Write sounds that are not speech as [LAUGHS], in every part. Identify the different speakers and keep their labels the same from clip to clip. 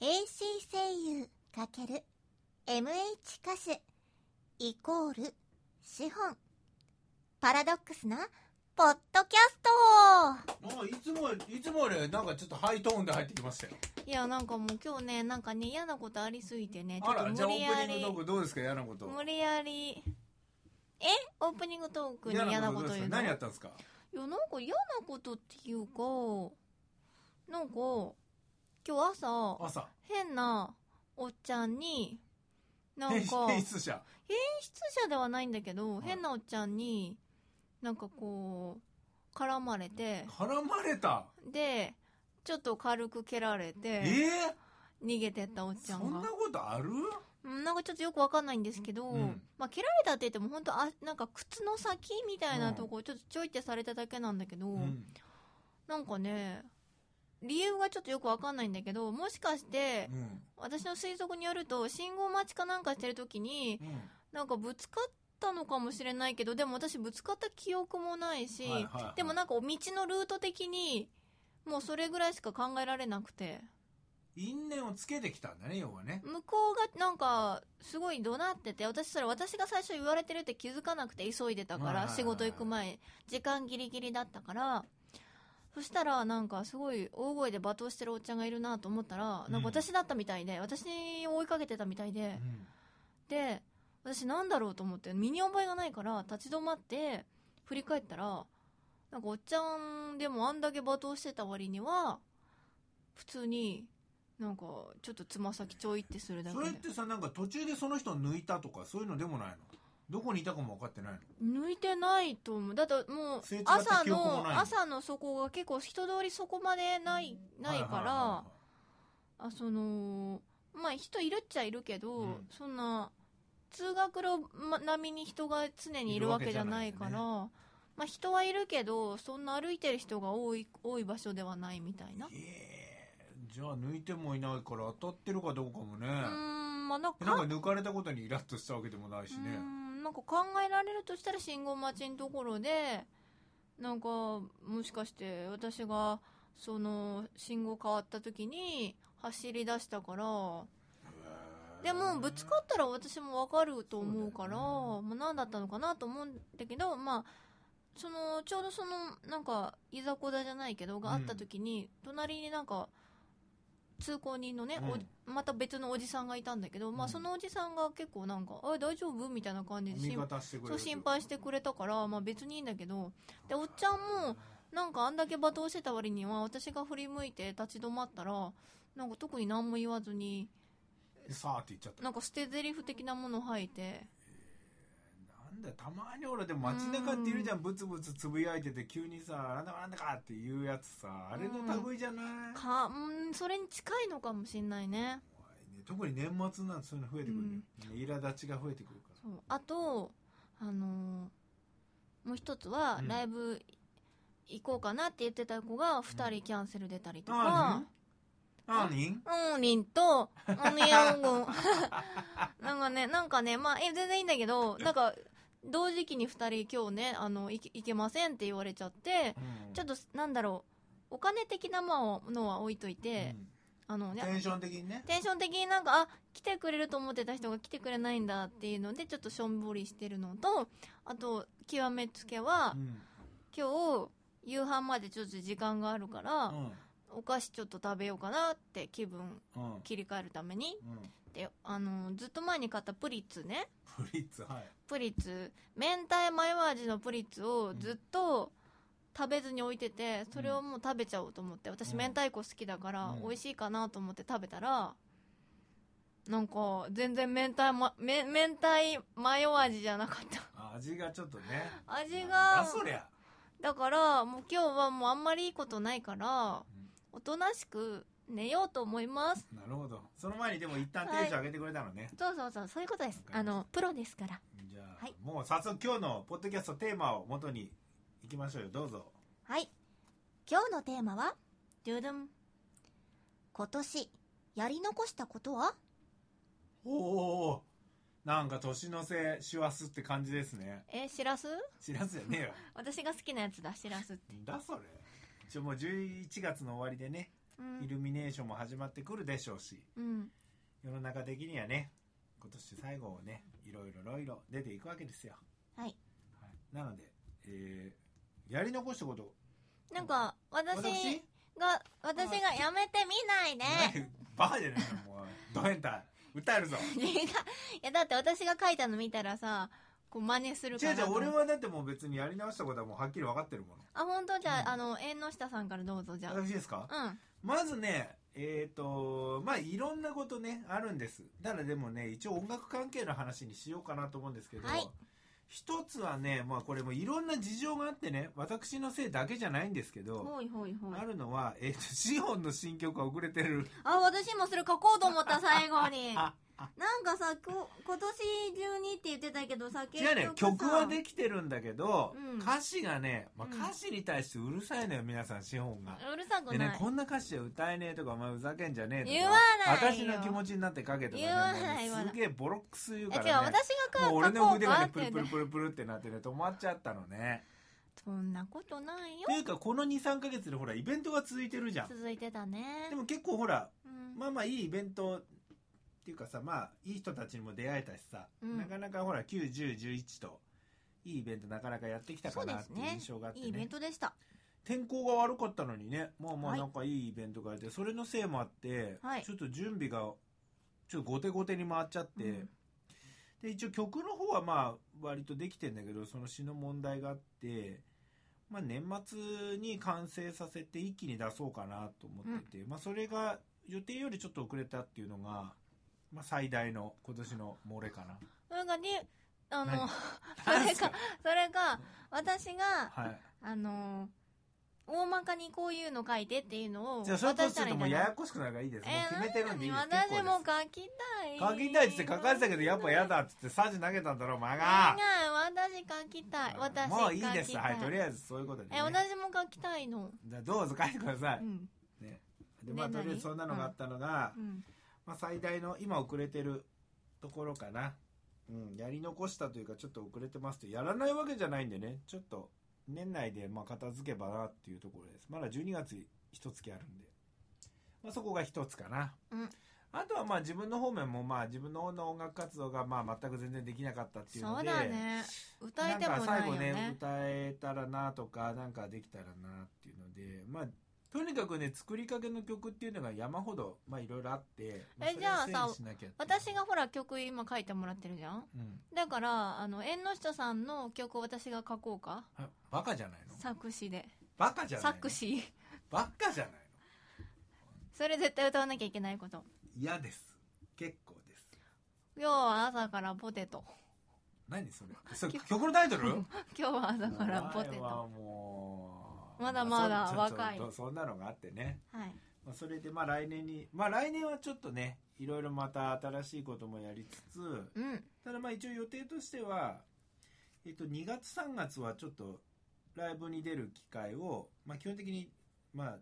Speaker 1: AC 声優 ×MH 歌手イコール資本パラドックスなポッドキャスト
Speaker 2: あいつもいつもよりなんかちょっとハイトーンで入ってきましたよ
Speaker 1: いやなんかもう今日ねなんかね嫌なことありすぎてねちょ
Speaker 2: あ
Speaker 1: っと
Speaker 2: らじゃあ
Speaker 1: 無
Speaker 2: オ
Speaker 1: 理
Speaker 2: ー
Speaker 1: や
Speaker 2: プニング
Speaker 1: り
Speaker 2: トークどうですか嫌なこと
Speaker 1: 無理やりえオープニングトークに嫌なこと
Speaker 2: どうです
Speaker 1: 言う
Speaker 2: か
Speaker 1: の
Speaker 2: 何やったんですか
Speaker 1: いやなんか嫌なことっていうかなんか今日朝
Speaker 2: 朝
Speaker 1: 変なおっちゃんになん
Speaker 2: [LAUGHS] 変
Speaker 1: か
Speaker 2: 変質者
Speaker 1: 変質者ではないんだけど、
Speaker 2: い
Speaker 1: 変なおっちゃんになんかこう絡まれて
Speaker 2: 絡まれた
Speaker 1: でちょっと軽く蹴られ
Speaker 2: え
Speaker 1: て
Speaker 2: ー、
Speaker 1: 逃げてったおっちゃ
Speaker 2: そ
Speaker 1: ん
Speaker 2: ん
Speaker 1: が
Speaker 2: なことある
Speaker 1: うんなんかちょっとよくわかんないんですけど、
Speaker 2: うん
Speaker 1: まあ、蹴られたって言っても本当あなんか靴の先みたいなとこちょっとちょいってされただけなんだけど、
Speaker 2: うん
Speaker 1: なんかね理由がちょっとよくわかんないんだけどもしかして
Speaker 2: うん
Speaker 1: 私の推測によると信号待ちかなんかしてる時に
Speaker 2: うん
Speaker 1: なんかぶつかったのかもしれないけどでも私ぶつかった記憶もないし、
Speaker 2: はいはいはい
Speaker 1: でもなんか道のルート的にもうそれぐらいしか考えられなくて
Speaker 2: 因縁をつけてきたんだね要はね
Speaker 1: 向こうがなんかすごい怒鳴ってて私それ私が最初言われてるって気づかなくて急いでたか
Speaker 2: はいはい
Speaker 1: ら
Speaker 2: はい
Speaker 1: 仕事行く前時間ギリギリだったからそしたらなんかすごい大声で罵倒してるおっちゃんがいるなと思ったらなんか私だったみたいで私を追いかけてたみたいで。
Speaker 2: うん
Speaker 1: で私なんだろうと思って身に覚えがないから立ち止まって振り返ったらなんかおっちゃんでもあんだけ罵倒してた割には普通になんかちょっとつま先ちょいってするだけ
Speaker 2: そ
Speaker 1: で
Speaker 2: れってさなんか途中でその人を抜いたとかそういうのでもないのどこにいたかも分かってないの
Speaker 1: 抜いてないと思うだってもう
Speaker 2: すれ違った
Speaker 1: 朝
Speaker 2: 記憶も
Speaker 1: の
Speaker 2: ないの
Speaker 1: 朝のそこが結構人通りそこまでないない
Speaker 2: は
Speaker 1: か
Speaker 2: は
Speaker 1: ら、
Speaker 2: は
Speaker 1: あそのまあ人いるっちゃいるけど、
Speaker 2: うん
Speaker 1: そんな通学路ま並みに人が常にいるわけじゃないから
Speaker 2: いるわけじゃ
Speaker 1: まあ、人はいるけどそんな歩いてる人が多い多い場所ではないみたいな
Speaker 2: はいはいえーじゃあ抜いてもいないから当たってるかどうかもね
Speaker 1: うーんまあなんか
Speaker 2: なんか抜かれたことにイラッとしたわけでもないうし
Speaker 1: ー
Speaker 2: ね。
Speaker 1: んなんか考えられるとしたら信号待ちのところでなんかもしかして私がその信号変わった時に走り出したからでもぶつかったら私も分かると思うから
Speaker 2: そうだよ
Speaker 1: まあ、何だったのかなと思うんだけど、まあ、そのちょうどそのなんかいざこざじゃないけどがあった時に、隣になんか通行人のね、お
Speaker 2: うん
Speaker 1: また別のおじさんがいたんだけど、まあ、
Speaker 2: うん
Speaker 1: そのおじさんが結構なんか「あ大丈夫?」みたいな感じで
Speaker 2: 味
Speaker 1: 心
Speaker 2: 方してくれ
Speaker 1: そう
Speaker 2: る。
Speaker 1: 心配してくれたから、まあ、別にいいんだけどでおっちゃんもなんかあんだけ罵倒してた割には私が振り向いて立ち止まったらなんか特に何も言わずに。
Speaker 2: さあって言っちゃった。
Speaker 1: なんか捨て台詞的なもの吐いて
Speaker 2: なんだよたまに俺でも街中っているじゃんブツブツつぶやいてて急にさなんだかなんだかっていうやつさあれの類じゃない。怖
Speaker 1: かうんそれに近いのかもしれないね
Speaker 2: いね特に年末なんてそういうの増えてくるね。苛立ちが増えてくるか
Speaker 1: そうあとあのーもう一つは
Speaker 2: うん
Speaker 1: ライブ行こうかなって言ってた子が2人キャンセル出たりと
Speaker 2: あ
Speaker 1: か、
Speaker 2: ら。何？
Speaker 1: うん、りんと、あのやんごん。 [LAUGHS] なんかね、なんかね、まあ、え、全然いいんだけど、なんか、同時期に2人今日ね、あの、いけいけませんって言われちゃって、
Speaker 2: うん
Speaker 1: ちょっと、なんだろう、お金的なものは置いといて、あの
Speaker 2: うん
Speaker 1: ね
Speaker 2: テ、ンション的にね。
Speaker 1: テンション的になんかあ来てくれると思ってた人が来てくれないんだっていうのでちょっとしょんぼりしてるのとあと極めつけは
Speaker 2: うん
Speaker 1: 今日夕飯までちょっと時間があるからお菓子ちょっと食べようかなって気分
Speaker 2: うんうん
Speaker 1: 切り替えるために
Speaker 2: うん
Speaker 1: であのずっと前に買ったプリッツね
Speaker 2: プリッツはい。
Speaker 1: プリッツ明太マヨ味のプリッツをずっと食べずに置いててそれをもう食べちゃおうと思って私
Speaker 2: うん
Speaker 1: 明太子好きだから
Speaker 2: うん
Speaker 1: 美味しいかなと思って食べたらなんか全然明太,、ま、め明太マヨ味じゃなか [LAUGHS] った
Speaker 2: あ味がちょっとね。
Speaker 1: 味
Speaker 2: なん
Speaker 1: が
Speaker 2: だそりゃ。
Speaker 1: だからもう今日はもうあんまりいいことないからおとなしく寝ようと思います
Speaker 2: なるほど。その前にでも一旦テンション上げてくれたのね。
Speaker 1: そうそうそうそういうことです
Speaker 2: わかりました
Speaker 1: あのプロですから
Speaker 2: じゃあ、
Speaker 1: はい
Speaker 2: もう早速今日のポッドキャストテーマを元にいきましょうよ。どうぞ。
Speaker 1: はい今日のテーマはドゥドゥン今年やり残したことは
Speaker 2: おーおーおーなんか年の瀬、師走って感じですね。
Speaker 1: えしらす
Speaker 2: 知らずじゃねえよ。
Speaker 1: 私が好きなやつだしらすって
Speaker 2: だそれ。一応もう11月の終わりでね、
Speaker 1: うん
Speaker 2: イルミネーションも始まってくるでしょうし
Speaker 1: うん
Speaker 2: 世の中的にはね今年最後をねいろいろいろいろ出ていくわけですよ、
Speaker 1: はい
Speaker 2: はいなので、えーやり残したこと
Speaker 1: なんか私
Speaker 2: 私
Speaker 1: が私がやめてみないで
Speaker 2: [LAUGHS] バカじゃないのもうド変態訴えるぞ
Speaker 1: [LAUGHS] 違ういやだって私が書いたの見たらさこう真似するか
Speaker 2: 違う
Speaker 1: ら
Speaker 2: 違う俺はだってもう別にやり直したことはもうはっきり分かってるもの
Speaker 1: あ本当じゃあ,、
Speaker 2: うん
Speaker 1: あの縁の下さんからどうぞじゃ
Speaker 2: 私ですか、
Speaker 1: あうん
Speaker 2: まずねえっ、とまあいろんなことねあるんですただでもね一応音楽関係の話にしようかなと思うんですけど、
Speaker 1: はい
Speaker 2: 一つはねまあこれもいろんな事情があってね私のせいだけじゃないんですけど、
Speaker 1: ほいほいほい
Speaker 2: あるのは、えっとシオンの新曲が遅れてる
Speaker 1: あ私もそれ書こうと思った最後
Speaker 2: [LAUGHS]
Speaker 1: に
Speaker 2: あ
Speaker 1: なんかさこ今年中にって言ってたけどさ
Speaker 2: 違うね曲はで
Speaker 1: き
Speaker 2: きてるんだけど、
Speaker 1: うん
Speaker 2: 歌詞がね、ま
Speaker 1: うん
Speaker 2: あ、歌詞に対してうるさいのよ皆さんシオンが。
Speaker 1: うるさく
Speaker 2: で
Speaker 1: ない、
Speaker 2: ね、こんな歌詞は歌えねえとか、お前ふざけんじゃねえとか。
Speaker 1: 言わない
Speaker 2: 私
Speaker 1: よ
Speaker 2: の気持ちになって書けとかね、
Speaker 1: 言わない
Speaker 2: もうね
Speaker 1: 言わない
Speaker 2: すげえボロックス言う
Speaker 1: え
Speaker 2: か
Speaker 1: 違う
Speaker 2: ら
Speaker 1: 私
Speaker 2: ね。
Speaker 1: が書
Speaker 2: もう
Speaker 1: こ
Speaker 2: 俺の
Speaker 1: う
Speaker 2: 腕
Speaker 1: かっ
Speaker 2: がね、プル
Speaker 1: て
Speaker 2: プル
Speaker 1: ね
Speaker 2: プルプルってなってね、止まっちゃったのね。
Speaker 1: そんなことないよ
Speaker 2: というか、この2、3ヶ月でほら、イベントが続いてるじゃん。
Speaker 1: 続いてたね
Speaker 2: でも結構ほら、
Speaker 1: うん
Speaker 2: まあまあいいイベントっていうかさ、まあいい人たちにも出会えたしさ、
Speaker 1: うん
Speaker 2: なかなかほら、9、10、11と、いいイベントなかなかやってきたかなって
Speaker 1: そ
Speaker 2: いう
Speaker 1: うですね
Speaker 2: 印象があって
Speaker 1: いいイベン
Speaker 2: ね。
Speaker 1: トでした
Speaker 2: 天候が悪かったのにねまあま
Speaker 1: は
Speaker 2: あ
Speaker 1: い
Speaker 2: なんかいいイベントがあって、それのせいもあって、
Speaker 1: はい
Speaker 2: ちょっと準備がちょっと後手後手に回っちゃって、
Speaker 1: うん
Speaker 2: で一応曲の方はまあ割とできてんだけどその詩の問題があって、まあ、年末に完成させて一気に出そうかなと思ってて、まあ、それが予定よりちょっと遅れたっていうのが、まあ、最大の今年の漏れかな。
Speaker 1: それがねあの [LAUGHS] それ
Speaker 2: 何なんす
Speaker 1: が
Speaker 2: か
Speaker 1: それが私が
Speaker 2: はい、
Speaker 1: あの大まかにこういうの書いてっていうのを
Speaker 2: じゃあそういうこと
Speaker 1: 渡し
Speaker 2: す
Speaker 1: た
Speaker 2: る
Speaker 1: らいい
Speaker 2: と
Speaker 1: ん
Speaker 2: もう
Speaker 1: だ
Speaker 2: やや
Speaker 1: な
Speaker 2: こしくなるからいいです、
Speaker 1: えー
Speaker 2: もう決めてるんでいいです
Speaker 1: なに私
Speaker 2: 結構です
Speaker 1: も書きたい
Speaker 2: 書きたいっつって書かせたけどやっぱ嫌だっつってサージ投げたんだろお前が
Speaker 1: 違う私書きたい私
Speaker 2: もういいで
Speaker 1: 書き
Speaker 2: す
Speaker 1: た
Speaker 2: はいとりあえずそういうことで、ね、
Speaker 1: え私も書きたいの
Speaker 2: じゃあどうぞ書いてください、
Speaker 1: うん
Speaker 2: でまあ
Speaker 1: ね
Speaker 2: とりあえ
Speaker 1: 何
Speaker 2: ずそんなのがあったのが、
Speaker 1: うん
Speaker 2: まあ、最大の今遅れてるところかなうんやり残したというかちょっと遅れてますとやらないわけじゃないんでねちょっと年内でまあ片付けばなっていうところですまだ12月一月あるんで、まあ、そこが一つかな、
Speaker 1: うん
Speaker 2: あとはまあ自分の方面もまあ自分の方の音楽活動がまあ全く全然できなかったっていうの
Speaker 1: そう
Speaker 2: で
Speaker 1: だね歌えて
Speaker 2: なん
Speaker 1: も
Speaker 2: か
Speaker 1: ない
Speaker 2: 最
Speaker 1: よ
Speaker 2: 後ね
Speaker 1: ね
Speaker 2: 歌えたらなとかなんかできたらなっていうのでまあとにかくね作りかけの曲っていうのが山ほどまあいろいろあって、ま
Speaker 1: え
Speaker 2: それを整理
Speaker 1: じゃあさ
Speaker 2: しなきゃっていう
Speaker 1: 私がほら曲今書いてもらってるじゃん
Speaker 2: うん
Speaker 1: だからあの縁の下さんの曲を私が書こうか
Speaker 2: あバカじゃないの
Speaker 1: 作詞で
Speaker 2: バカじゃないの
Speaker 1: 作詞
Speaker 2: バカじゃないの
Speaker 1: それ絶対歌わなきゃいけないこと
Speaker 2: 嫌です結構です
Speaker 1: 今日は朝からポテト
Speaker 2: 何それそれ曲のタイトル
Speaker 1: [LAUGHS] 今日は朝からポテ
Speaker 2: お前
Speaker 1: ト
Speaker 2: は
Speaker 1: は
Speaker 2: もう
Speaker 1: まだまだ
Speaker 2: あそ
Speaker 1: 若い
Speaker 2: ちょっとそんなのがあってね
Speaker 1: い
Speaker 2: まあ、それでまあ来年にまあ来年はちょっとねいろいろまた新しいこともやりつつ
Speaker 1: うん
Speaker 2: ただまあ一応予定としては、えっと、2月3月はちょっとライブに出る機会を、まあ、基本的に、まあ、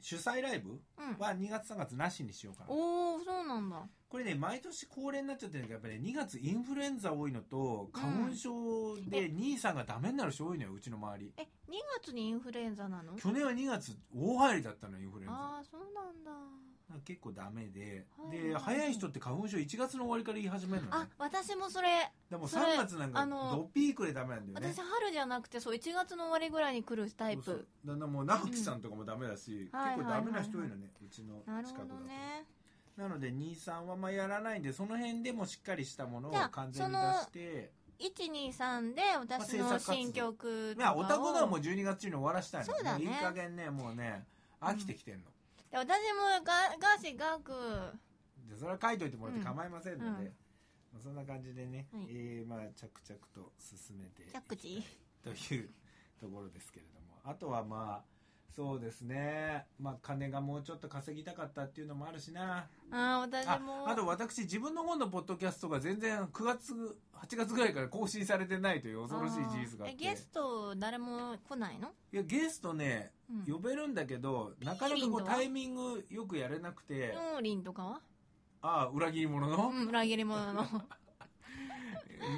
Speaker 2: 主催ライブ
Speaker 1: うん
Speaker 2: は2月3月なしにしようかな
Speaker 1: おおそうなんだ
Speaker 2: これね毎年恒例になっちゃってるけどやっぱり、ね、2月インフルエンザ多いのと花粉症で兄さんがダメになる人多いのようちの周り
Speaker 1: え2月にインフルエンザなの
Speaker 2: 去年は2月大入りだったのよインフルエンザ
Speaker 1: ああそうなんだ
Speaker 2: なんか結構ダメで、
Speaker 1: はい
Speaker 2: で早い人って花粉症1月の終わりから言い始めるの
Speaker 1: あ
Speaker 2: ね
Speaker 1: 私もそれ
Speaker 2: でも
Speaker 1: それ
Speaker 2: 3月なん
Speaker 1: あ
Speaker 2: か
Speaker 1: の
Speaker 2: ドピークでダメなんだよね
Speaker 1: 私春じゃなくてそう1月の終わりぐらいに来るタイ
Speaker 2: そうそ
Speaker 1: プ
Speaker 2: うだんだんもう直樹さんとかもダメだし、
Speaker 1: はい
Speaker 2: 結構ダメな人多いのね、うち
Speaker 1: な
Speaker 2: の
Speaker 1: る
Speaker 2: 近
Speaker 1: ほ
Speaker 2: くだ
Speaker 1: ど
Speaker 2: と
Speaker 1: ね
Speaker 2: なので23はまあやらないんでその辺でもしっかりしたものを
Speaker 1: じゃあ
Speaker 2: 完全に出して
Speaker 1: 123で私
Speaker 2: ま
Speaker 1: の
Speaker 2: あ制作活動
Speaker 1: 新曲と
Speaker 2: ま
Speaker 1: か
Speaker 2: あ
Speaker 1: を
Speaker 2: おたこだもう12月中に終わらしたいの
Speaker 1: そうだね
Speaker 2: もいい加減ねもうね飽きてきてんの、
Speaker 1: で私もガガシガク
Speaker 2: でそれは書いといてもらって構いませんので、
Speaker 1: うんうん
Speaker 2: まあ、そんな感じでね、
Speaker 1: はい
Speaker 2: えーまあ着々と進めていきたい
Speaker 1: 着地
Speaker 2: というところですけれどもあとはまあそうですねまあ金がもうちょっと稼ぎたかったっていうのもあるしな
Speaker 1: ああ私
Speaker 2: あ
Speaker 1: も
Speaker 2: あと私自分の方のポッドキャストが全然9月8月ぐらいから更新されてないという恐ろしい事実があっ
Speaker 1: え
Speaker 2: て
Speaker 1: ゲスト誰も来ないの、
Speaker 2: いやゲストね
Speaker 1: うん、
Speaker 2: 呼べるんだけど、なかなかこうタイミングよくやれなくて、
Speaker 1: ヨーリンとかは
Speaker 2: ああ裏切り者の [LAUGHS]
Speaker 1: う、ん裏切り者の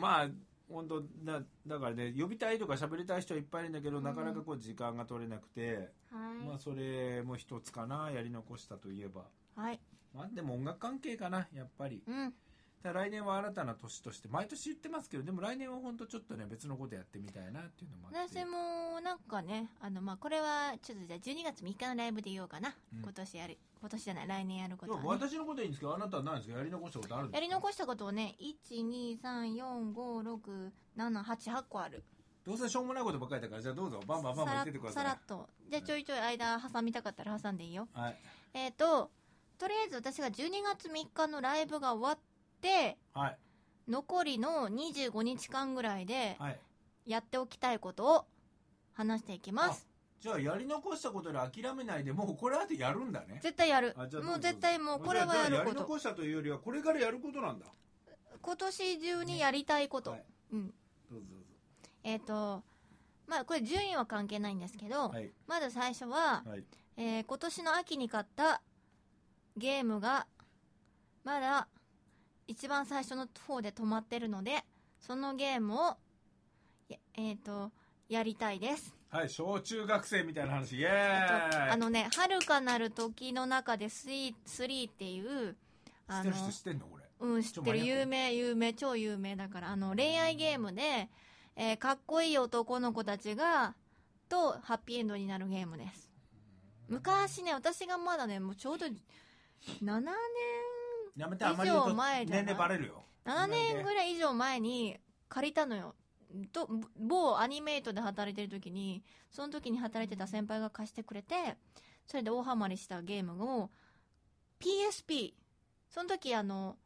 Speaker 2: まあ本当だだからね呼びたいとか喋りたい人はいっぱいいるんだけど、
Speaker 1: うん
Speaker 2: なかなかこう時間が取れなくて、まあ
Speaker 1: は
Speaker 2: それも一つかなやり残したといえば
Speaker 1: い。はい。
Speaker 2: まあでも音楽関係かなやっぱり
Speaker 1: うん。
Speaker 2: ただ来年は新たな年として毎年言ってますけどでも来年は本当ちょっとね別のことやってみたいなっていうのもあっ
Speaker 1: 私
Speaker 2: て
Speaker 1: もなんかねあのまあこれはちょっとじゃあ12月3日のライブで言おうかな、
Speaker 2: うん
Speaker 1: 今年やる今年じゃない来年やるこ
Speaker 2: で
Speaker 1: とは、
Speaker 2: も
Speaker 1: ね、
Speaker 2: 私のことはいいんですけどあなたは何ですかやり残したことあるんですか
Speaker 1: やり残したことをね123456788個ある
Speaker 2: どうせしょうもないことばっかりだからじゃあどうぞバンバンバンバン言ってってくださ
Speaker 1: さ
Speaker 2: い
Speaker 1: らっとじゃあちょいちょい間挟みたかったら挟んでいいよ
Speaker 2: はい
Speaker 1: えっ、ととりあえず私が12月3日のライブが終わって
Speaker 2: はい
Speaker 1: 残りの25日間ぐらいで
Speaker 2: はい
Speaker 1: やっておきたいことを話していきます
Speaker 2: じゃあやり残したことで諦めないでもうこれあとやるんだね
Speaker 1: 絶対やる
Speaker 2: あじゃあど
Speaker 1: も
Speaker 2: ぞ
Speaker 1: う絶対もうこれはや
Speaker 2: じゃ
Speaker 1: る
Speaker 2: あ
Speaker 1: こ
Speaker 2: やり
Speaker 1: と
Speaker 2: 残したというよりはこれからやることなんだ
Speaker 1: 今年中にやりたいこと、
Speaker 2: はい
Speaker 1: うん
Speaker 2: どうぞどうぞ
Speaker 1: えっ、とまあこれ順位は関係ないんですけど、
Speaker 2: はい
Speaker 1: まず最初は、
Speaker 2: はい
Speaker 1: えー今年の秋に買ったゲームがまだ一番最初の方で止まってるのでそのゲームをやえっ、とやりたいです
Speaker 2: はい小中学生みたいな話イエ
Speaker 1: あ
Speaker 2: ーイ
Speaker 1: のね「遥かなる時の中でスイ3」っていう
Speaker 2: 知
Speaker 1: あ
Speaker 2: って
Speaker 1: の
Speaker 2: る人知ってんのこれ
Speaker 1: うん、知ってる。
Speaker 2: ちょマニアック
Speaker 1: 有名、有名、超有名だから、あの、恋愛ゲームで、えーかっこいい男の子たちが、と、ハッピーエンドになるゲームです。昔ね、私がまだね、もうちょうど、7年、
Speaker 2: やめてあまり言うと
Speaker 1: 以上前じゃな
Speaker 2: 年
Speaker 1: い
Speaker 2: 齢バレるよ
Speaker 1: 7年ぐらい以上前に借りたのよ。と、ぼ某アニメイトで働いてる時に、その時に働いてた先輩が貸してくれて、それで大ハマりしたゲームを、PSP。その時あの、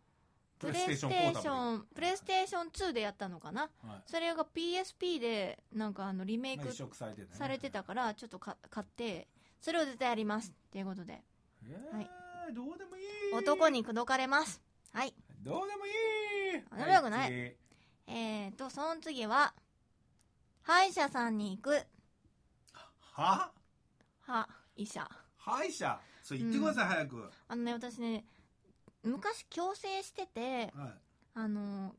Speaker 1: プレイステーション、プレイステーション2でやったのかな
Speaker 2: ン、はい
Speaker 1: それが PSP でなんかあのリメイ
Speaker 2: まあ
Speaker 1: ク
Speaker 2: 移植されてたね
Speaker 1: されてたからちょっとか買ってそれを絶対やりますっていうことで
Speaker 2: えー
Speaker 1: はい
Speaker 2: どうでもいい
Speaker 1: 男に口説かれますはい
Speaker 2: どうでもいい
Speaker 1: どうでもよくない
Speaker 2: い
Speaker 1: えーとその次は歯医者さんに行く
Speaker 2: は
Speaker 1: 歯医者
Speaker 2: 歯医者そう言ってください、早く、は
Speaker 1: あのね私ね昔矯正してて
Speaker 2: い、
Speaker 1: あの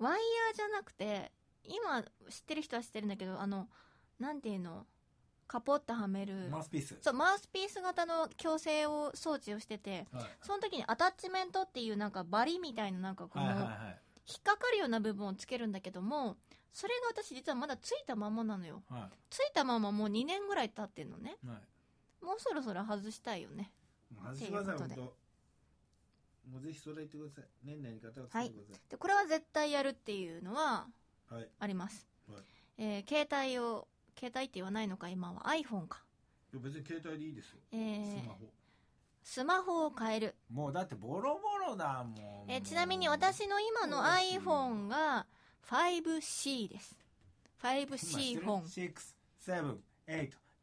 Speaker 1: ワイヤーじゃなくて今知ってる人は知ってるんだけどあのなんていうのカポッとはめる
Speaker 2: マウスピース
Speaker 1: そうマウスピース型の矯正を装置をしてて
Speaker 2: はい
Speaker 1: その時にアタッチメントっていうなんかバリみたいななんかこの
Speaker 2: はいはい
Speaker 1: 引
Speaker 2: はい
Speaker 1: っかかるような部分をつけるんだけどもそれが私実はまだついたままなのよ
Speaker 2: は
Speaker 1: ついたままもう2年ぐらい経ってんのね
Speaker 2: いはい
Speaker 1: もうそろそろ外したいよね
Speaker 2: 外してください
Speaker 1: ということ
Speaker 2: 本
Speaker 1: で
Speaker 2: 当もうぜひそれ言ってください年内に方をつけてくださ
Speaker 1: でこれは絶対やるっていうのはい
Speaker 2: はい、
Speaker 1: あります、
Speaker 2: はい
Speaker 1: えー携帯を携帯って言わないのか今は iPhone か、
Speaker 2: いや別に携帯でいいですよ、
Speaker 1: えー
Speaker 2: スマホ
Speaker 1: スマホを変える
Speaker 2: もうだってボロボロだもん
Speaker 1: えーちなみに私の今の iPhone が 5C です 5C 本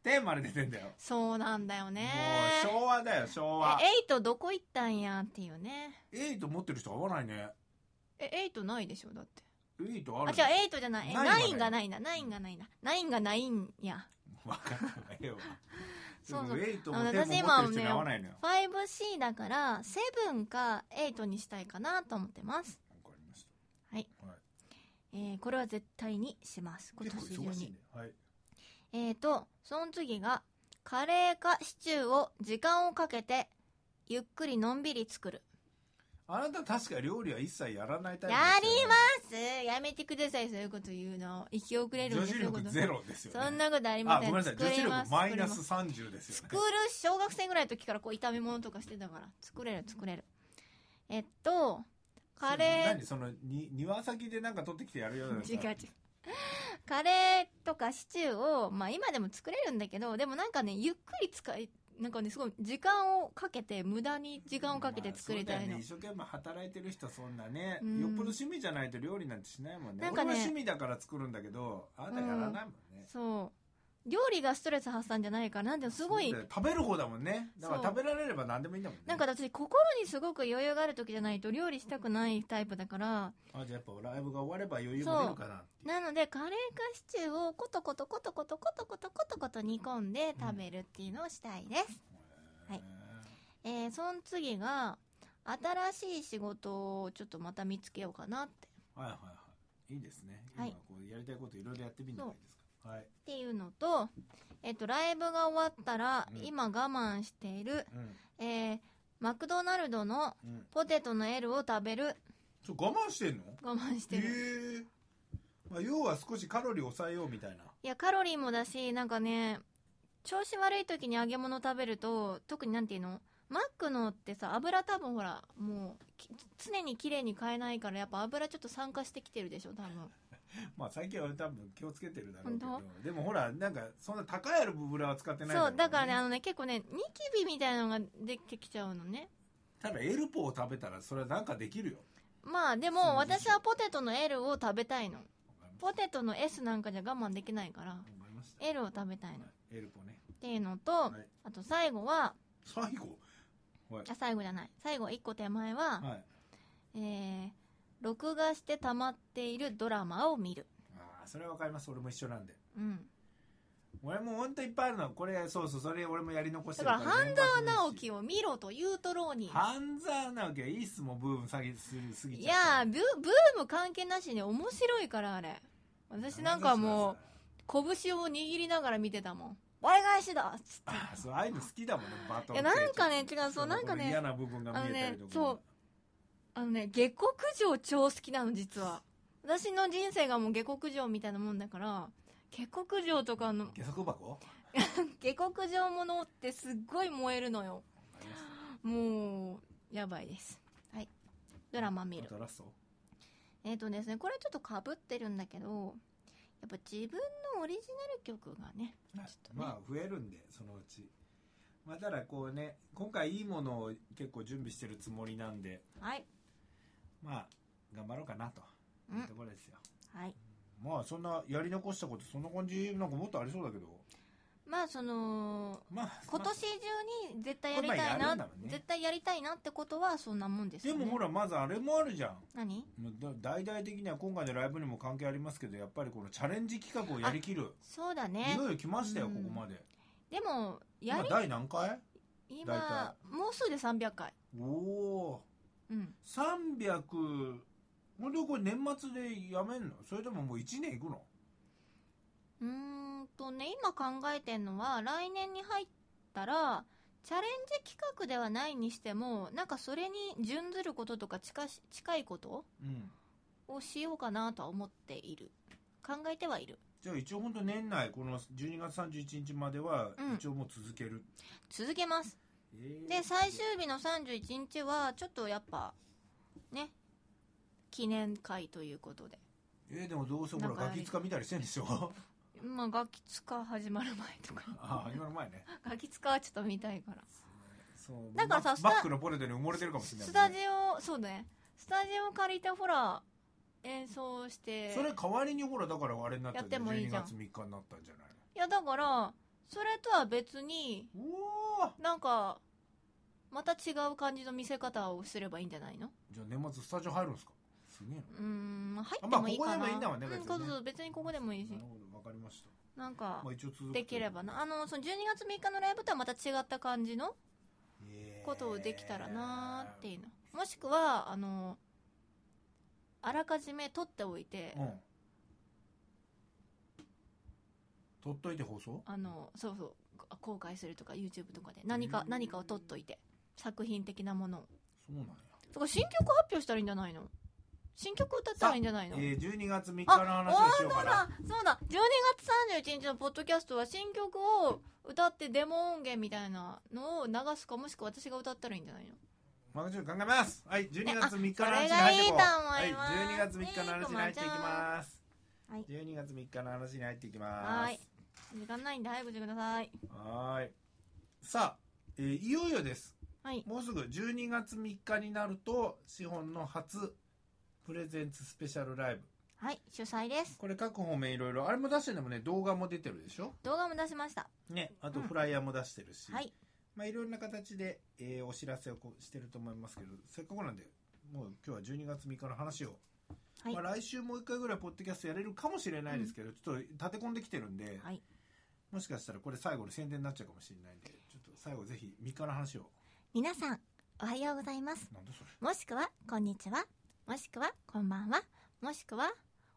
Speaker 2: 678910まで出てんだよ、
Speaker 1: そうなんだよね
Speaker 2: もう昭和だよ昭和
Speaker 1: え8どこ行ったんやっていうね
Speaker 2: 8持ってる人合わないね
Speaker 1: え8ないでしょだって
Speaker 2: 8ある
Speaker 1: あじゃあ8じゃないえ
Speaker 2: ない
Speaker 1: 9
Speaker 2: の
Speaker 1: が
Speaker 2: が
Speaker 1: ないな9がないな9がないんや
Speaker 2: 分かったわよ
Speaker 1: そう
Speaker 2: で
Speaker 1: そ
Speaker 2: も
Speaker 1: う
Speaker 2: 8
Speaker 1: あ
Speaker 2: も
Speaker 1: の
Speaker 2: でも
Speaker 1: 私今
Speaker 2: 持ってる人に合わないのよ
Speaker 1: 5C だから7か8にしたいかなと思ってます、
Speaker 2: わかりました
Speaker 1: はい、えーこれは絶対にします今年
Speaker 2: 結
Speaker 1: 中
Speaker 2: 構忙しい
Speaker 1: に
Speaker 2: ねはい
Speaker 1: えーとその次がカレーかシチューを時間をかけてゆっくりのんびり作る
Speaker 2: あなた確か料理は一切やらないタイプ
Speaker 1: やりますやめてくださいそういうこと言うの生き遅れるん
Speaker 2: 女
Speaker 1: です
Speaker 2: 子
Speaker 1: よこ
Speaker 2: 力
Speaker 1: と
Speaker 2: ゼロですよね
Speaker 1: そんなことあり
Speaker 2: あ
Speaker 1: ま
Speaker 2: ご
Speaker 1: せ
Speaker 2: め
Speaker 1: ん
Speaker 2: んなさい女子力マイナス
Speaker 1: 作
Speaker 2: 30ですよ
Speaker 1: れ
Speaker 2: ね
Speaker 1: ます小学生ぐらいの時からこう炒め物とかしてたから作れる作れるえっとカレ
Speaker 2: 何そのに庭先でなんか取ってきてやるような
Speaker 1: ー
Speaker 2: やつ
Speaker 1: 違う違うカレーとかシチューを、まあ、今でも作れるんだけどでもなんかねゆっくり使いなんかねすごい時間をかけて無駄に時間をかけて作りた
Speaker 2: まあ
Speaker 1: い
Speaker 2: そうだ
Speaker 1: の、
Speaker 2: よね一生懸命働いてる人そんなね
Speaker 1: うん
Speaker 2: よっぽど趣味じゃないと料理なんてしないもんね
Speaker 1: なんかね
Speaker 2: 俺は趣味だから作るんだけどあなたやらないもんね
Speaker 1: そう料理がストレス発散じゃないからなんでもすごい
Speaker 2: そうだよ食べる方だもんねだから
Speaker 1: そう
Speaker 2: 食べられれば何でもいいんだもんね
Speaker 1: なんか私心にすごく余裕がある時じゃないと料理したくないタイプだから
Speaker 2: あじゃあやっぱライブが終われば余裕も出るかなっていう
Speaker 1: なのでカレーかシチューをコトコトコトコトコトコトコトコト煮込んで食べるっていうのをしたいです、はいえー、その次が新しい仕事をちょっとまた見つけようかなって
Speaker 2: はいはいはいいいですね。
Speaker 1: はい
Speaker 2: 今こうやりたいこといろいろやってみるのがいいですか。はい。
Speaker 1: っていうのと、えっと、ライブが終わったら、
Speaker 2: うん
Speaker 1: 今我慢している、
Speaker 2: うん。
Speaker 1: えー、マクドナルドの
Speaker 2: うん。
Speaker 1: ポテトの L を食べる。
Speaker 2: ちょ我慢してんの？
Speaker 1: 我慢して
Speaker 2: え
Speaker 1: る。
Speaker 2: えまあ要は少しカロリー抑えようみたいな。
Speaker 1: いや、カロリーもだし、なんかね、調子悪い時に揚げ物食べると、特になんていうのマックのってさ、油多分ほら、もう、き常に綺麗に買えないから、やっぱ油ちょっと酸化してきてるでしょ、多分。
Speaker 2: まあ最近は多分気をつけてるだろうけど
Speaker 1: 本。
Speaker 2: でもほらなんかそんな高いアルブブラは使ってない
Speaker 1: そう、だから
Speaker 2: ね
Speaker 1: ね、あのね、結構ね、ニキビみたいなのができてきちゃうのね。
Speaker 2: ただエルポを食べたらそれはなんかできるよ。
Speaker 1: まあ、で
Speaker 2: そう
Speaker 1: も、
Speaker 2: です
Speaker 1: 私はポテトの L を食べたいの。
Speaker 2: わか
Speaker 1: ポテトの S なんかじゃ我慢できないから、
Speaker 2: りました。
Speaker 1: L を食べたいの。っ
Speaker 2: はいエルポね。
Speaker 1: ていうのと、
Speaker 2: い
Speaker 1: あと最後は、
Speaker 2: 最後。はい
Speaker 1: あ、。最後じゃない。最後、一個手前は、
Speaker 2: はい。
Speaker 1: えー、録画して溜まっているドラマを見る。
Speaker 2: ああそれはわかります。俺も一緒なんで。
Speaker 1: うん。
Speaker 2: 俺も本当いっぱいあるの。これそうそうそれ俺もやり残して
Speaker 1: だ
Speaker 2: る
Speaker 1: か
Speaker 2: から
Speaker 1: ら、半沢直
Speaker 2: を
Speaker 1: 樹を見ろと言うとろうに。
Speaker 2: 半沢直樹はいいっすもんブーム下げすぎすぎ
Speaker 1: い
Speaker 2: ちゃ
Speaker 1: や
Speaker 2: っ
Speaker 1: ー
Speaker 2: て
Speaker 1: ブ、ブーム関係なしに面白いから、あれ。私なんかもう、拳を握りながら見てたもん。倍返しだっつって。
Speaker 2: あーそうああいうの好きだもんねバトン
Speaker 1: いやなんかね違うそう
Speaker 2: の
Speaker 1: なんかね
Speaker 2: 嫌な部分が見えたりとか
Speaker 1: あのねあのね、下克上超好きなの、実は。私の人生がもう下克上みたいなもんだから、下克上とかの、
Speaker 2: 下足箱
Speaker 1: 下克上ものってすっごい燃えるのよ。
Speaker 2: あります
Speaker 1: もう、やばいです。はい。ドラマ見る
Speaker 2: あ。とラスト
Speaker 1: えっ、とですね、これちょっとかぶってるんだけど、やっぱ自分のオリジナル曲がね、ちょっとね、
Speaker 2: まあ増えるんでそのうちまあただこうね今回いいものを結構準備してるつもりなんで
Speaker 1: はい。
Speaker 2: まあ頑張ろうかなと
Speaker 1: うん
Speaker 2: いうところですよ
Speaker 1: はい。
Speaker 2: まあそんなやり残したことそんな感じなんかもっとありそうだけど
Speaker 1: まあ、その、
Speaker 2: まあ
Speaker 1: 今年中に絶対やりたい
Speaker 2: まあやる
Speaker 1: な、
Speaker 2: んだろうね
Speaker 1: 絶対やりたいなってことはそんなもんです
Speaker 2: で
Speaker 1: よね。
Speaker 2: もほらまずあれもあるじゃん
Speaker 1: 何
Speaker 2: もうだ大々的には今回のライブにも関係ありますけどやっぱりこのチャレンジ企画をやりきる
Speaker 1: そうだ
Speaker 2: い
Speaker 1: ね。
Speaker 2: ろいろ来ましたよ
Speaker 1: う
Speaker 2: こ
Speaker 1: ん
Speaker 2: こまで
Speaker 1: でも、や
Speaker 2: 今
Speaker 1: り、
Speaker 2: 第何回
Speaker 1: 今、もうすぐで300回。
Speaker 2: おお
Speaker 1: うん。
Speaker 2: ー300ほんでこれ年末でやめんのそれとももう1年いくの
Speaker 1: うーんとね、今考えてんのは、来年に入ったら、チャレンジ企画ではないにしても、なんかそれに準ずることとか近し近いこと
Speaker 2: うん
Speaker 1: をしようかなとは思っている。考えてはいる。
Speaker 2: じゃあ一応本当年内この12月31日までは
Speaker 1: うん
Speaker 2: 一応もう続ける、
Speaker 1: 続けます。
Speaker 2: えー
Speaker 1: で、最終日の31日は、ちょっとやっぱ、ね、記念会ということで。
Speaker 2: えーでもどうせほら
Speaker 1: なんか
Speaker 2: ガキ使見たりしてんでし [LAUGHS] ょ
Speaker 1: まあ、ガキ使始まる前とか。
Speaker 2: ああ今の前ね
Speaker 1: ガキ使はちょっと見たいから。
Speaker 2: そう
Speaker 1: だからさスタ
Speaker 2: ババックのポテトに埋もれてるかもしれない
Speaker 1: ス
Speaker 2: もんね、
Speaker 1: タジオそうねスタジオ借りてほら演奏して
Speaker 2: それ代わりにほらだからあれになった
Speaker 1: やってもいいじゃん
Speaker 2: 12月3日になったんじゃない
Speaker 1: いやだからそれとは別に
Speaker 2: のおお
Speaker 1: なんかまた違う感じの見せ方をすればいいんじゃないの
Speaker 2: じゃあ年末スタジオ入るんですかすげえ
Speaker 1: うーん入ってもいいかな、
Speaker 2: まあここでもいいんだもんね
Speaker 1: う
Speaker 2: 別にね
Speaker 1: そうそう別にここでもいいし
Speaker 2: ななるほどわかりました、
Speaker 1: なんか
Speaker 2: まあ、一応続くと
Speaker 1: できればなあのその12月3日のライブとはまた違った感じの
Speaker 2: へえ
Speaker 1: ことをできたらなーっていうの、もしくはあのあらかじめ撮っておいて、
Speaker 2: うん取っといて放送
Speaker 1: あのそうそう後悔するとか YouTube とかで何か
Speaker 2: うん
Speaker 1: 何かを取っといて作品的なものを
Speaker 2: そうなんや
Speaker 1: とか新曲発表したらいいんじゃないの新曲歌ったらいいんじゃないの
Speaker 2: えー、12月3日の
Speaker 1: あ
Speaker 2: 話
Speaker 1: お
Speaker 2: を
Speaker 1: ー
Speaker 2: し
Speaker 1: そ
Speaker 2: よ
Speaker 1: う
Speaker 2: うかな
Speaker 1: だそうだ12月31日のポッドキャストは新曲を歌ってデモ音源みたいなのを流すかもしくは私が歌ったらいいんじゃないの
Speaker 2: マグチュー考えますはい12月3日の
Speaker 1: あそれ
Speaker 2: 話に
Speaker 1: が
Speaker 2: 入っ
Speaker 1: いい
Speaker 2: て
Speaker 1: と思
Speaker 2: こう
Speaker 1: い
Speaker 2: はい
Speaker 1: ます
Speaker 2: 12月3日の話に入っていきます
Speaker 1: はい
Speaker 2: 12月3日の話に入っていきます
Speaker 1: はい時間ないんで早くしてください
Speaker 2: はーい。さあ、えーいよいよです。
Speaker 1: はい
Speaker 2: もうすぐ12月3日になると、資本の初プレゼンツスペシャルライブ。
Speaker 1: はい主催です
Speaker 2: これ各方面いろいろ、あれも出してるのもね、動画も出てるでしょ
Speaker 1: 動画も出しました
Speaker 2: ね。あと
Speaker 1: うん
Speaker 2: フライヤーも出してるし。
Speaker 1: はい
Speaker 2: まあいろんな形で、えーお知らせをこうしてると思いますけど、せっかくなんで、もう今日は12月3日の話を。
Speaker 1: はい
Speaker 2: まあ来週もう一回ぐらいポッドキャストやれるかもしれないですけど、ちょっと立て込んできてるんで、
Speaker 1: はい
Speaker 2: もしかしたらこれ最後の宣伝になっちゃうかもしれないんで、ちょっと最後ぜひ3日の話を。
Speaker 1: 皆さんおはようございます
Speaker 2: なんだそれ。
Speaker 1: もしくは、こんにちは。もしくは、こんばんは。もしくは、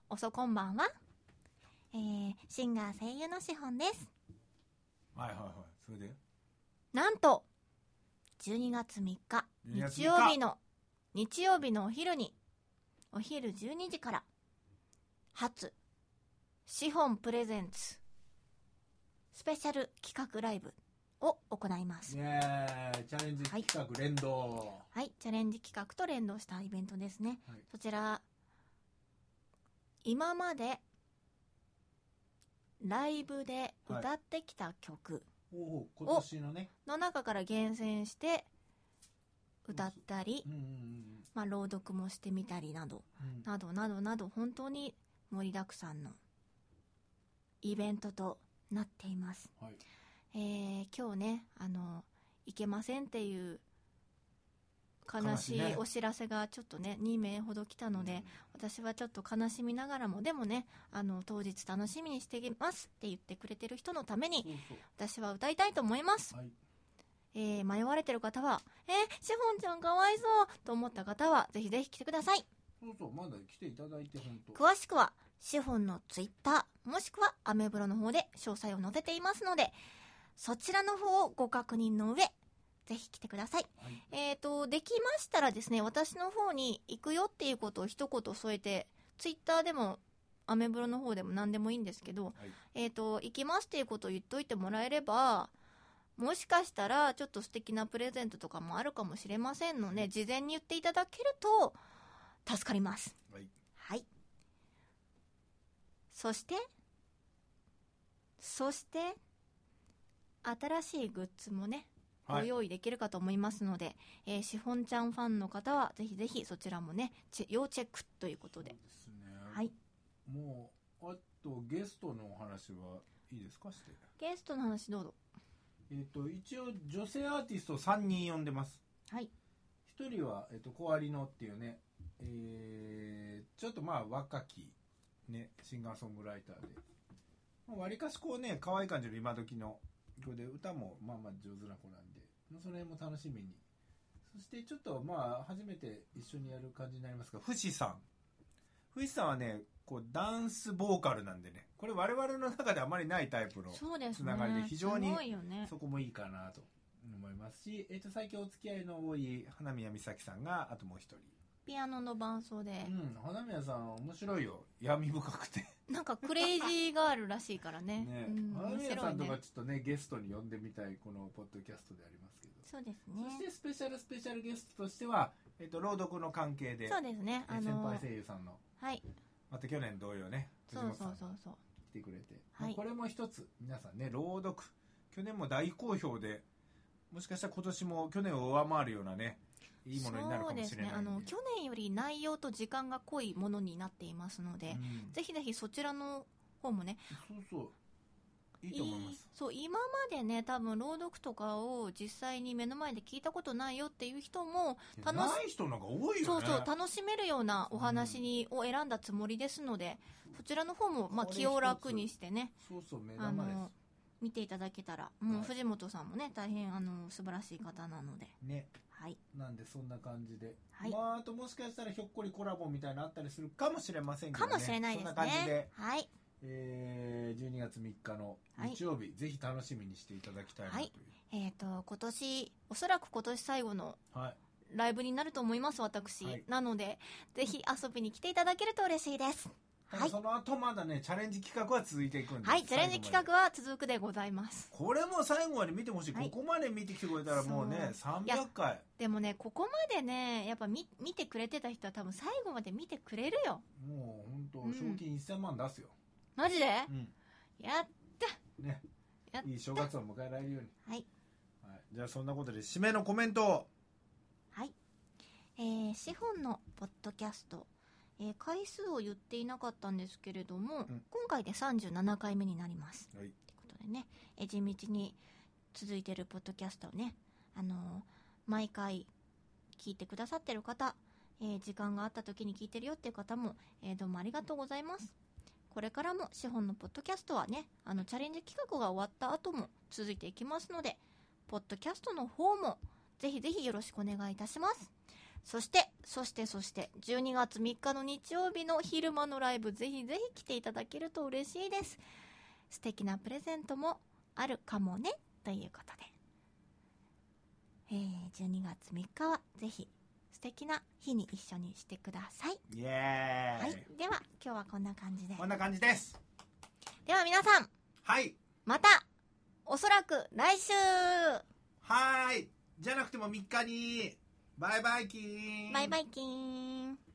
Speaker 1: おそこんばんは。えー、シンガー声優のしほんです。
Speaker 2: はいはいはい。それで
Speaker 1: なんと、12月3日、
Speaker 2: 12月3日
Speaker 1: 日曜日の、日曜日のお昼に、お昼12時から、初、シフォンプレゼンツ、スペシャル企画ライブを行います。
Speaker 3: イエーイチャレンジ企画連動。
Speaker 1: はい、チャレンジ企画と連動したイベントですね。
Speaker 3: はい
Speaker 1: そちら、今まで、ライブで歌ってきた曲、
Speaker 2: おおう、今年のね。
Speaker 1: の中から厳選して歌ったり
Speaker 2: う、んうん
Speaker 1: まあ、朗読もしてみたりなど
Speaker 2: うんうん。
Speaker 1: などなどなど本当に盛りだくさんのイベントとなっています、
Speaker 3: はい
Speaker 1: えー今日ねあの行けませんっていう悲
Speaker 2: 悲し
Speaker 1: し
Speaker 2: いね
Speaker 1: いお知らせがちょっとね2名ほど来たので、私はちょっと悲しみながらもでもねあの当日楽しみにしていますって言ってくれてる人のために
Speaker 3: そうそ
Speaker 1: 私は歌いたいと思います
Speaker 3: う。はい。
Speaker 1: えー迷われてる方は、えー、シフォンちゃんかわいそうと思った方は、ぜひぜひ来てください。
Speaker 3: そうそう、まだ来ていただいて、本当。
Speaker 1: 詳しくは、シフォンのツイッター、もしくはアメブロの方で詳細を載せていますので、そちらの方をご確認の上、ぜひ来てください。
Speaker 3: はい。
Speaker 1: えっ、と、できましたらですね、私の方に行くよっていうことを一言添えて、ツイッターでも、アメブロの方でも何でもいいんですけど、えっ、と、行きますっていうことを言っといてもらえれば、もしかしたら、ちょっと素敵なプレゼントとかもあるかもしれませんので、事前に言っていただけると、助かります。
Speaker 3: はい。
Speaker 1: はい。そして、そして、新しいグッズもね、ご
Speaker 2: はい。
Speaker 1: 用意できるかと思いますので、えーシフォンちゃんファンの方は、ぜひぜひそちらもね、チェ要チェックということで。
Speaker 3: すね。
Speaker 1: はい。
Speaker 3: もう、あと、ゲストのお話はいいですかして。
Speaker 1: ゲストの話どうぞ。
Speaker 3: えっ、と、一応、女性アーティスト
Speaker 2: 3人呼んでます。
Speaker 1: はい。
Speaker 3: 一人は、えっと、コアリノっていうね、えーちょっとまあ若き、ね、シンガーソングライターで、
Speaker 2: まあわりかしこうね、可愛い感じの今時の子で、歌もまあまあ上手な子なんで。
Speaker 3: まあその辺も楽しみに。そしてちょっとまあ初めて一緒にやる感じになりますが、
Speaker 2: フシさん。フシさんはね、こう、ダンスボーカルなんでね。これ我々の中であまりないタイプの。
Speaker 1: そうですね。
Speaker 2: つながりで非常に
Speaker 1: すごいよね。
Speaker 3: そこもいいかなと思いますし、えっと、最近お付き合いの多い、
Speaker 2: 花宮美咲さんが、あともう一人。
Speaker 1: ピアノの伴奏で
Speaker 3: う、ん、花宮さん面白いよ。闇深くて。
Speaker 1: なんかクレイジーガールらしいからね。
Speaker 3: ね
Speaker 1: うん、
Speaker 3: 花
Speaker 1: 面
Speaker 3: 宮
Speaker 1: 白
Speaker 3: さ
Speaker 1: い
Speaker 3: んとか
Speaker 1: ね。
Speaker 3: ちょっとね、ゲストに呼んでみたい、このポッドキャストでありますけど。
Speaker 1: そうです
Speaker 3: そし
Speaker 1: ね。
Speaker 3: てスペシャルスペシャルゲストとしては、
Speaker 2: えっと、朗読の関係で。
Speaker 1: そうですね。
Speaker 3: えー
Speaker 1: あ
Speaker 3: 先
Speaker 1: の
Speaker 3: 輩、声優さんの
Speaker 1: はい。
Speaker 2: また去年同様ね。
Speaker 1: そうそ
Speaker 2: 藤本さん
Speaker 1: うそうそう。
Speaker 3: 来てくれて、
Speaker 1: はい
Speaker 3: これも一つ皆さんね
Speaker 2: ね、朗読。去年も大好評で、もしかしたら今年も去年を上回るようなね、いいものになるかもしれないんで。
Speaker 1: そうですね。あの、去年より内容と時間が濃いものになっていますので、
Speaker 2: うん
Speaker 1: ぜひぜひそちらの方もね、
Speaker 3: そうそう
Speaker 2: いいと思います。
Speaker 1: そう、今までね、多分朗読とかを実際に目の前で聞いたことないよっていう人も、楽し
Speaker 2: ない人なんか多いよね。
Speaker 1: そうそう、楽しめるようなお話に、を選んだつもりですので、そちらの方も、まあ、
Speaker 3: これ
Speaker 1: 気を楽にしてね、
Speaker 3: そうそう目
Speaker 1: あ
Speaker 3: 玉です
Speaker 1: の見ていただけたら、も
Speaker 3: は
Speaker 1: う
Speaker 3: い
Speaker 1: 藤本さんもね、大変あの素晴らしい方なので、
Speaker 3: ね
Speaker 1: はい、
Speaker 3: なんでそんな感じで、
Speaker 1: はい
Speaker 3: まああともしかしたらひょっこりコラボみたいなのあったりするか
Speaker 2: か
Speaker 3: も
Speaker 2: もしれませんけど
Speaker 1: か
Speaker 2: ね。
Speaker 1: もしれないです
Speaker 2: そんな感じで
Speaker 1: ね。。はい、
Speaker 3: えー、12月3日の日曜日、ぜひ楽しみにしていただきたいなという
Speaker 1: えっ、と、今年、おそらく今年最後の
Speaker 3: はい、
Speaker 1: ライブになると思います、私。
Speaker 3: はい
Speaker 1: なので、ぜひ遊びに来ていただけると嬉しいです。
Speaker 3: た
Speaker 1: は
Speaker 3: だ
Speaker 1: い
Speaker 3: その後まだねチャレンジ企画は続いていくんで
Speaker 1: はい、チャレンジ企
Speaker 3: 画
Speaker 1: 画は続くでございます。
Speaker 2: これも最後まで見てほしい、
Speaker 1: はい
Speaker 2: ここまで見てきてくれたらもうね
Speaker 1: ういや
Speaker 2: 300回
Speaker 1: でもね、ここまでね、やっぱ見見てくれてた人は多分最後まで見てくれるよ。
Speaker 3: もう本当
Speaker 1: うん
Speaker 3: 賞金1000万出すよ、
Speaker 1: マジで、
Speaker 2: うん
Speaker 1: やっ
Speaker 3: ね
Speaker 1: やった
Speaker 3: いい正月を迎えられるように
Speaker 1: はい。
Speaker 3: はい
Speaker 2: じゃあそんなことで締めのコメントを
Speaker 1: はい。えー、シフォンのポッドキャスト、えー回数を言っていなかったんですけれども、
Speaker 2: ん
Speaker 1: 今回で37回目になります。
Speaker 2: は
Speaker 1: と
Speaker 2: い
Speaker 1: いうことでね、えー地道に続いてるポッドキャストをね、あのー毎回聞いてくださってる方、えー時間があった時に聞いてるよっていう方も、えーどうもありがとうございます。これからも資本のポッドキャストはね、あのチャレンジ企画が終わった後も続いていきますので、ポッドキャストの方もぜひぜひよろしくお願いいたします。そして、そして、そして、12月3日の日曜日の昼間のライブ、ぜひぜひ来ていただけると嬉しいです。素敵なプレゼントもあるかもね、ということで。えー、12月3日は、ぜひ、素敵な日に一緒にしてください。
Speaker 2: イエ
Speaker 1: は
Speaker 2: ーイ、
Speaker 1: い。では、今日はこんな感じで。
Speaker 2: こんな感じです
Speaker 1: では皆さん、
Speaker 2: はい
Speaker 1: また、おそらく来週
Speaker 2: はーいじゃなくても3日にバイバイキーン
Speaker 1: バイバイキーン。